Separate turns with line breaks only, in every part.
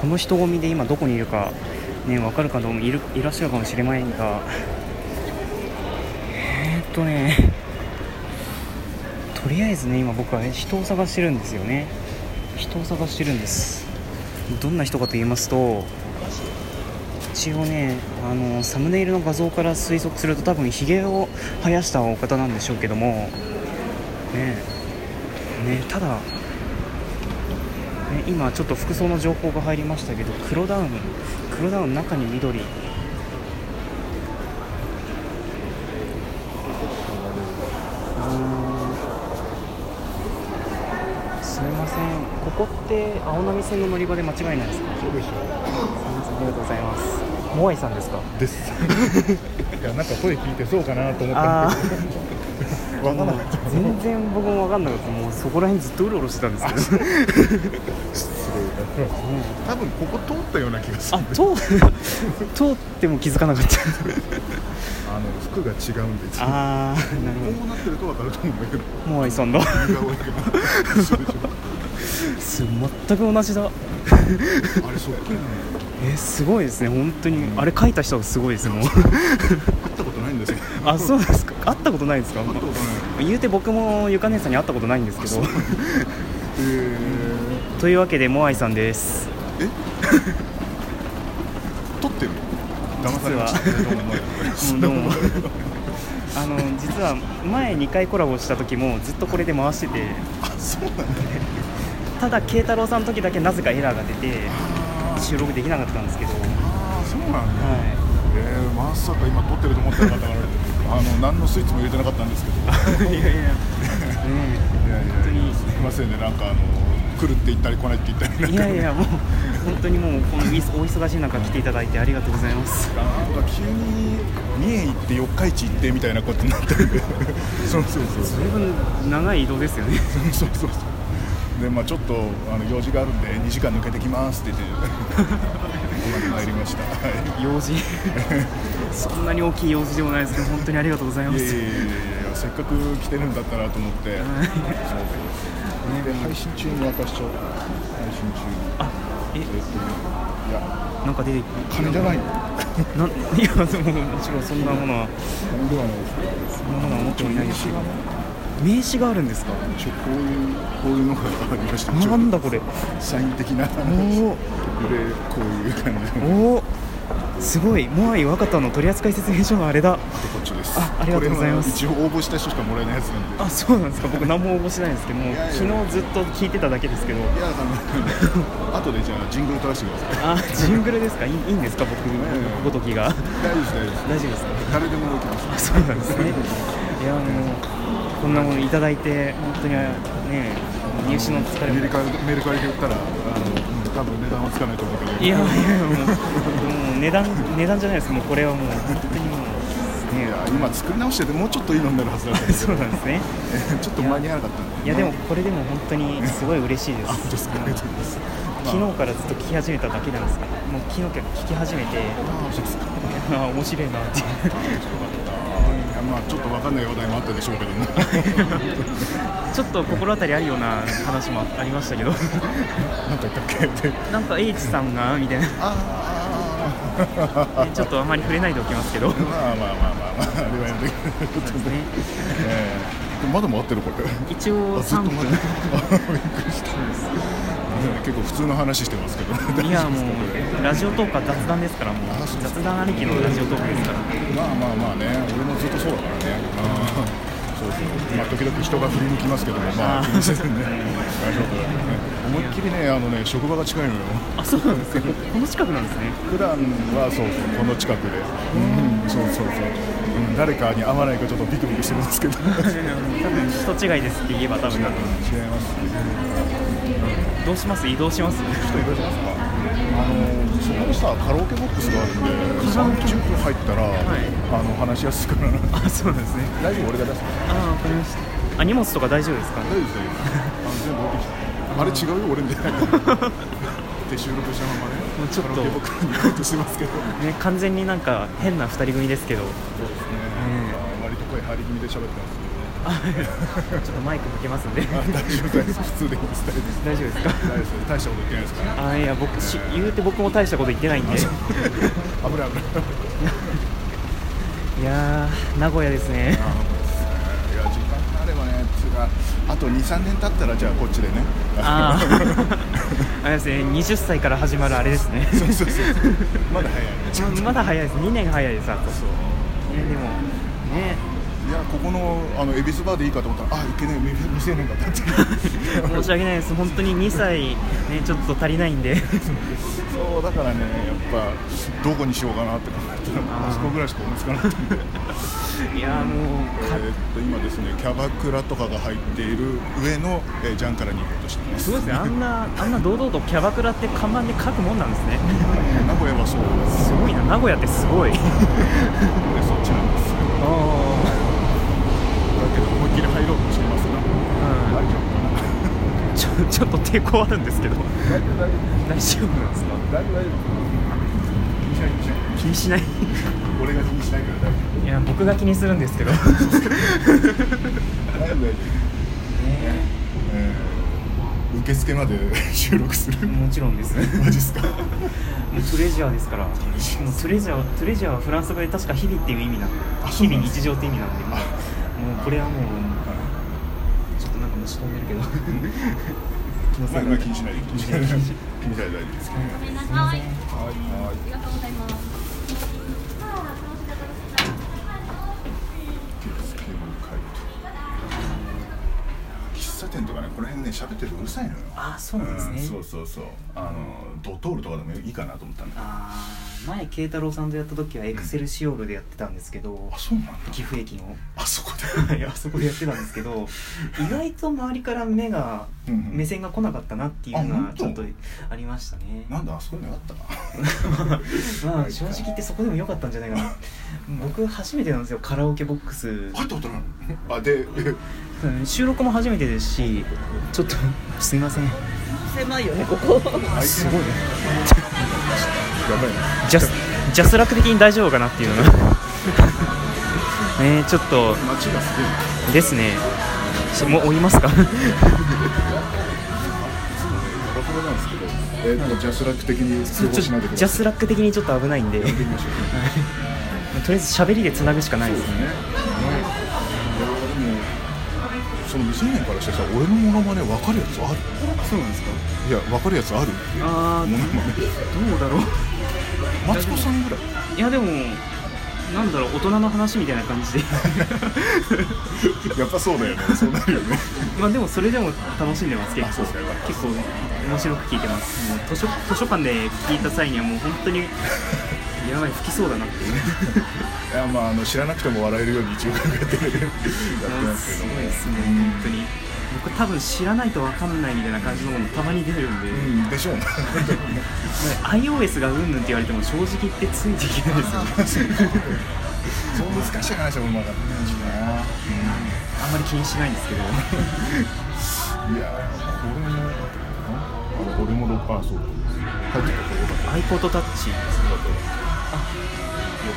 この人混みで今どこにいるか、ね、分かる方もいるいらっしゃるかもしれませんがえー、っとねとりあえずね今僕は人を探してるんですよね人を探してるんですどんな人かと言いますと一応ねあのサムネイルの画像から推測すると多分ひげを生やしたお方なんでしょうけどもねねただね、今ちょっと服装の情報が入りましたけど黒ダウン黒ダウン中に緑すみませんここって青波線の乗り場で間違いないですか
そうでしょ
すみませんありがとうございますモアイさんですか
ですいやなんか声聞いてそうかなと思ったん
あ
です
あ
けどわからなかったす
全然僕も分かんなかったもうそこら辺ずっとうろうろしてたんですけど
ごい多分ここ通ったような気がす
あ
るんで
通通っても気づかなかった
あの服が違うんですよ
ああなる
こうなってるとわかると思うんだけど
ほどモアイさんだ
似顔絵が一緒でし
す全く同じだ
ょあれそっくりなの
えーすごいですね本当にあれ書いた人がすごいですもう
会ったことないんですよ
あそうですか会ったことないですか、
会ったことない
言うて僕もゆか姉さんに会ったことないんですけど
え
というわけでモアイさんです
ー、撮ってる騙されましたねどうも前
もうどうもあの実は前2回コラボした時もずっとこれで回してて
あ そうなんだ
ただ慶太郎さんの時だけなぜかエラーが出て収録できなかったんですけど、は
あーそうなんだ
い、
えー、まさか今撮ってると思ってなかったからあの何のスイーツも入れてなかったんですけど
いやいや、ね
いやいや
本当に
すみませんねなんかあの来るって言ったり来ないって言ったりな
え、
んか
いやいやもう本当にもうこのお忙しい中来ていただいてありがとうございます
なんか急に三重行って四日市行ってみたいなことになってるそうそうそうそう
随分長い移動ですよね
そうそうそうでまあちょっとあの用事があるんで2時間抜けてきますって言 ってここまで帰りましたは
用事そんなに大きい用事でもないですけど本当にありがとうございま
いい
す
やいやいやいやせっかく来てるんだったらと思って
はい
そうで配信中に明かしちゃおう配信中に
あ
えっといや
なんか出てき
金じゃないの
なんいやでももちろんそんなものは
金ではないですけど
そんなものは持ってもいないですけど
名刺がね
名刺があるんですか
ちょこういうこういうのがありましたちょっと
なんだこれ
社員的な
おー
でこういう感じの
おおすごいモアイ若田の取扱説明書があれだ
こっちです
あありがとうございます
これは一応応募した人しかもらえないやつなんで
あそうなんですか僕何も応募してないんですけども
いやいや
昨日ずっと聞いてただけですけど
いやあの後でじゃあジングル取らせてください
あジングルですかいいいいんですか僕
やいや
ごときが
大丈夫です大丈夫です
大丈夫ですか
誰でもできます
あそうなんですね。いやもうこんなものいただいて本当にね入試の疲れ
メ
も
ルカリメルカリで売ったらあのうん多分値段はつかないと思うけど
いやいやもうもう値段値段じゃないですもうこれはもう本当にもう
い
ね
や今作り直しててもうちょっといいのになるはずだ ったんです
そ
け
う
ど
なんですね。
ちょっと間に合わなかったんで
いやでもこれでも本当にすごい嬉しいで
あ本当です
す。
かありがとうございます
昨日からずっと聞き始めただけなんですけど、もう昨日から聞き始めて、
ああそうですか
あ面白いなっていう。
いやまあちょっとわかんない話題もあったでしょうけども
ちょっと心当たりあるような話もありましたけど、
なんか言ったっけって
なんか H さんがみたいな、
ああ
ちょっとあまり触れないでおきますけど。
まあまあまあまあまああれはやめとき
そうですね
ええまだ回ってるこれ
一応
あずっ
3
と
分
回ってるあびっくりした結構普通の話してますけど
いやもうラジオトークは雑談ですからもう
あそう
雑談ありきのラジオトークですから
まあまあまあね俺もずっとそうだからねああそうそうまあ時々人が振り向きますけどもま
あ
あ
ー
気にせずにね大丈夫だよね思いっきりねあのね職場が近いのよ
あそうなんですねこの近くなんですね
普段はそうそうこの近くでうんそうそうそううん誰かに会わないかちょっとビクビクしてるんですけど
多分人違いですって言えば多
違
分
います
どうします移動します
ちょっといらっしゃいますか。あのそこにさカラオケボックスがあるんで、
カラオケ
30分入ったら、
い
あの話しやすいからな。
あそうなんですね
大丈夫俺が出す。大
あわかりましたあ荷物とか大丈夫ですか
丈夫です大丈夫。あの全部置いてきた。あれ違うよ俺みたいな。で収録したままね。
もうちょっと
カラオケボックスに行こうとしてますけど。そう
ね完全になんか変な2人組ですけど
ですね。割と声張り気味で喋ってますけどね。
ちょっとマイク向けますんで
大丈夫です普通でいいです大丈夫で
大丈夫です
す
か
大丈夫です大したこと言ってないですから
あいや僕し言うて僕も大したこと言ってないんで
危ない危ない
いやー名古屋ですね
あのいや時間があればねつうかあと23年経ったらじゃあこっちでね
あー あれですね20歳から始まるあれですね
そうそうそうまだ早いね
ままだ早いです2年早いですあと
そう
ねでもね
いやここのあの恵比寿バーでいいかと思ったらあいけねえ未未成年だったっていう
申し訳ないです本当に2歳ねちょっと足りないんで
そうだからねやっぱどこにしようかなって考えたら
あー
あそこぐらいしか思いつかなかったんで
いやーも
えーっと今ですねキャバクラとかが入っている上の、えージャンからに行こうとしていうます
すごいですねあんなあんな堂々とキャバクラって看板で書くもんなんですね
名古屋はそうです
すごいな名古屋ってすごい
でそっちなんですよ
あ
だけど思いっきり入ろうとしてますが大丈夫かな
ちょちょっと抵抗あるんですけど大丈夫なんですか
大丈夫大丈夫気にしない気にしない
気にしない
俺が気にしないから大丈
いや僕が気にするんですけど
夫大丈夫大丈夫、えー受付 まで収録する
もちろんです も
マジっすか
うトレジャーですからもう
レジャー
トレジャートレジャーはフランス語で確か日々っていう意味なんで
あそ
日
うな
々
んです
日常って意味なんでもうもうこれはもうちょっとなんか虫飛んでるけど 気の
ま
せ
あ
い
まあ
だ
気にしないで気にしないで気にしないで大丈夫ですけど
ごめんなさい。
はいはい
ありがとうございます。
受付を変えて喫茶店とかねこの辺ね喋ってるとうるさいのよ
あそうなんですね、
うんそうそうそうあのドトールとかでもいいかなと思ったんだけど
あー前慶太郎さんとやった時はエクセルシオールでやってたんですけど
あそうなんだ
岐阜駅の
あそこで
はい あそこでやってたんですけど意外と周りから目が
うんうん
目線が来なかったなっていうの
あ
は
本
ち
当
ょっとありましたね
なんだあそこにあ ったな
まあ正直言ってそこでも良かったんじゃないか な僕初めてなんですよカラオケボックス
入ったことないあでえ
うん収録も初めてですしちょっとすいません
狭いよねここ
すごいね
やばいな
ジャスジャスラック的に大丈夫かな っていうのがねちょっと
街がすげえな
ですねちょもう追いますか
バラバラなんですけど、えーとジャスラック的に通報しないでくだ
ジ
さ
ャ
い。
スラック的にちょっと危ないんでとり
行きましょう。
あえず喋りでつなぐしかないですね
ね。いやでもその未成年からしてさ、俺のモノマネ分かるやつある？
そうなんですか
いや分かるやつある？
あ
モノマネ。
ーどうだろう
マツコさんぐらい。
いやでもなんだろう大人の話みたいな感じで
やっぱそうだよね。そうなるよね。
まあでもそれでも楽しんでます結
あそ
構
うですかよかった
結構面白く聞いてますもう図書図書館で聞いた際にはもう本当に やばい吹きそうだなっていう
いやまああの知らなくても笑えるように一応考えてやってます
す
け
ご
ども。
いですね本当に僕多分知らないと分かんないみたいな感じのものたまに出てるんで、
うんでしょうね。
iOS がうんぬんって言われても正直言ってついていけないですよね
そう難しい話は俺も分かんないしな。
あんまり気にしないんですけど
いやーこれもあれ俺もロッカーそうだ。入ってたとこよかっ た。
iPod Touch あ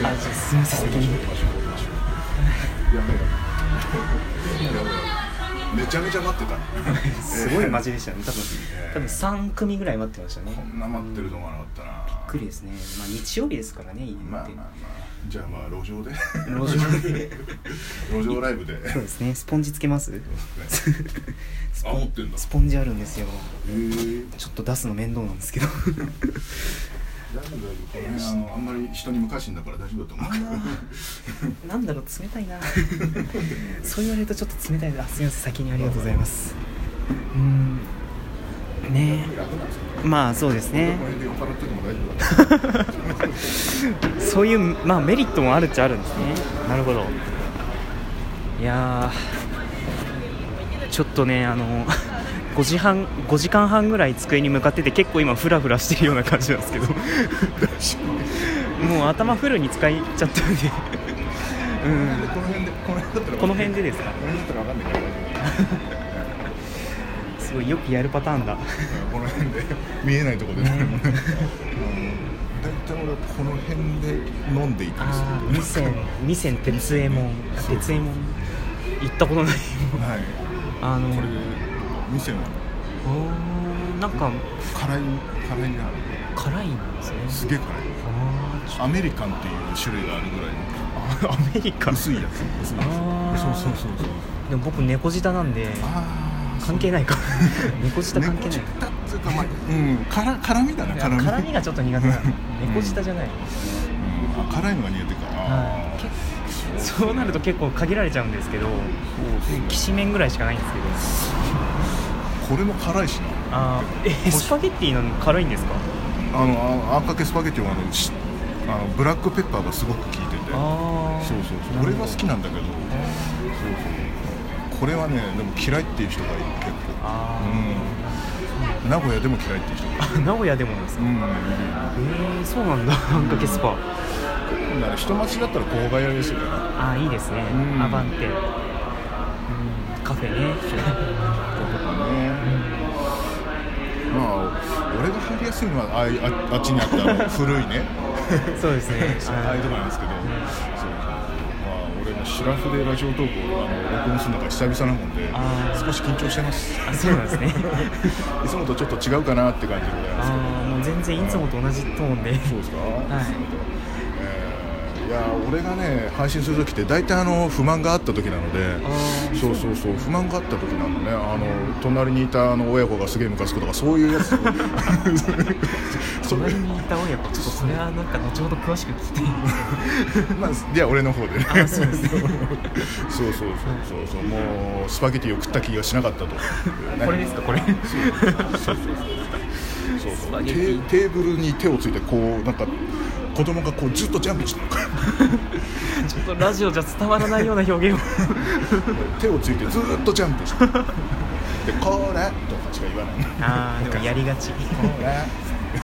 じゃあすみません先に
めちゃめちゃ待ってた
すごいマジでしたね多 分多分3組ぐらい待ってましたね
こ
び
んな待ってると思わなかったな
っくりですねまあ日曜日ですからね言うて、
まあまあまあじゃあまあ路上で
路上で
路上ライブで
そうですねスポンジつけます ス
あ持ってんだ
スポンジあるんですよ
え
ちょっと出すの面倒なんですけど
大丈夫大丈夫これねあのあんまり人に無関心だから大丈夫だと思うけど
なんだろう冷たいな そう言われるとちょっと冷たいなあすみません先にありがとうございますうーんね
楽なんですよ
えまあそうです
こ
ね
の辺で酔っ払ってても大丈夫だ
そういう、まあ、メリットもあるっちゃあるんですねなるほどいやーちょっとねあの 5時半5時間半ぐらい机に向かってて結構今フラフラしてるような感じなんですけどもう頭フルに使いちゃったんでうん
この辺でこの辺だったら
この辺でですか
この辺だったら分かんないから大丈
すごいよくやるパターンだ
夫この辺で見えないとこで誰もねうん大体俺はこの辺で飲んでいたりする
ああ味仙味仙鉄右衛門鉄右衛門行ったことない
はい
あの
これ店の
おーなんか
辛い辛いな
辛いんですね
すげえ辛い
あーちょ
アメリカンっていう種類があるぐらいの
あアメリカ
薄いやつ薄いや
あー
つそうそうそうそう
でも僕猫舌なんで
ああ
関係ないか猫舌関係な
猫
い
舌っていうかまあうん辛辛みだな辛み
辛みがちょっと苦手なの
ん
猫舌じゃない、
うんあ辛いのが苦手かあ
はい
ー
けそうなると結構限られちゃうんですけど
そうですね
きしめんぐらいしかないんですけど
これも辛いしな
あーえスパゲッティなの辛いんですか
あのああんかけスパゲティはあのしあのブラックペッパーがすごく効いてて
ああ
そうそうそうこれが好きなんだけどそうそうこれはねでも嫌いっていう人がいる結構
あ
うん名古屋でも嫌いっていう人がいる
ー、あ名古屋でもですか、
うん
えー、そうなんだあんかけスパ
だから人待ちだったら郊外屋ですよね
あーいいですね、
うん
アバンテ、うん、カフェね
とかねまあ俺が入りやすいのはあいああっちにあったあの古いね
そうですね
ああいうとこなんですけどそうまあ俺もシラフでラジオトークをあの録音するのが久々なもんで
あー
少し緊張してます
あそうなんですね
いつもとちょっと違うかなって感じでございますけど
ああもう全然いつもと同じトーンで
そうですか、
い
えーいやー俺がね配信する時って大体あの不満があった時なので
ー
そうそうそう不満があった時なのねあの隣にいたあの親子がすげえムカつくとかそういう やつ それ
隣にいた親子ちょっとそれはなんか後ほど詳しく聞きたい
まあじゃあ俺の方でね
あそうです ね
そうそうそうそうそうもうスパゲティを食った気がしなかったと、ね
これですかこれ
そうそうそう
ス
そ
パ
う
ゲ
テ
ティ
ーテーブルに手をついてこうなんか子供がこうずっとジャンプしてる
ちょっとラジオじゃ伝わらないような表現を
手をついてずっとジャン プしてるで「これ!」とかしか言わない
ああでもやりがち
「これ!」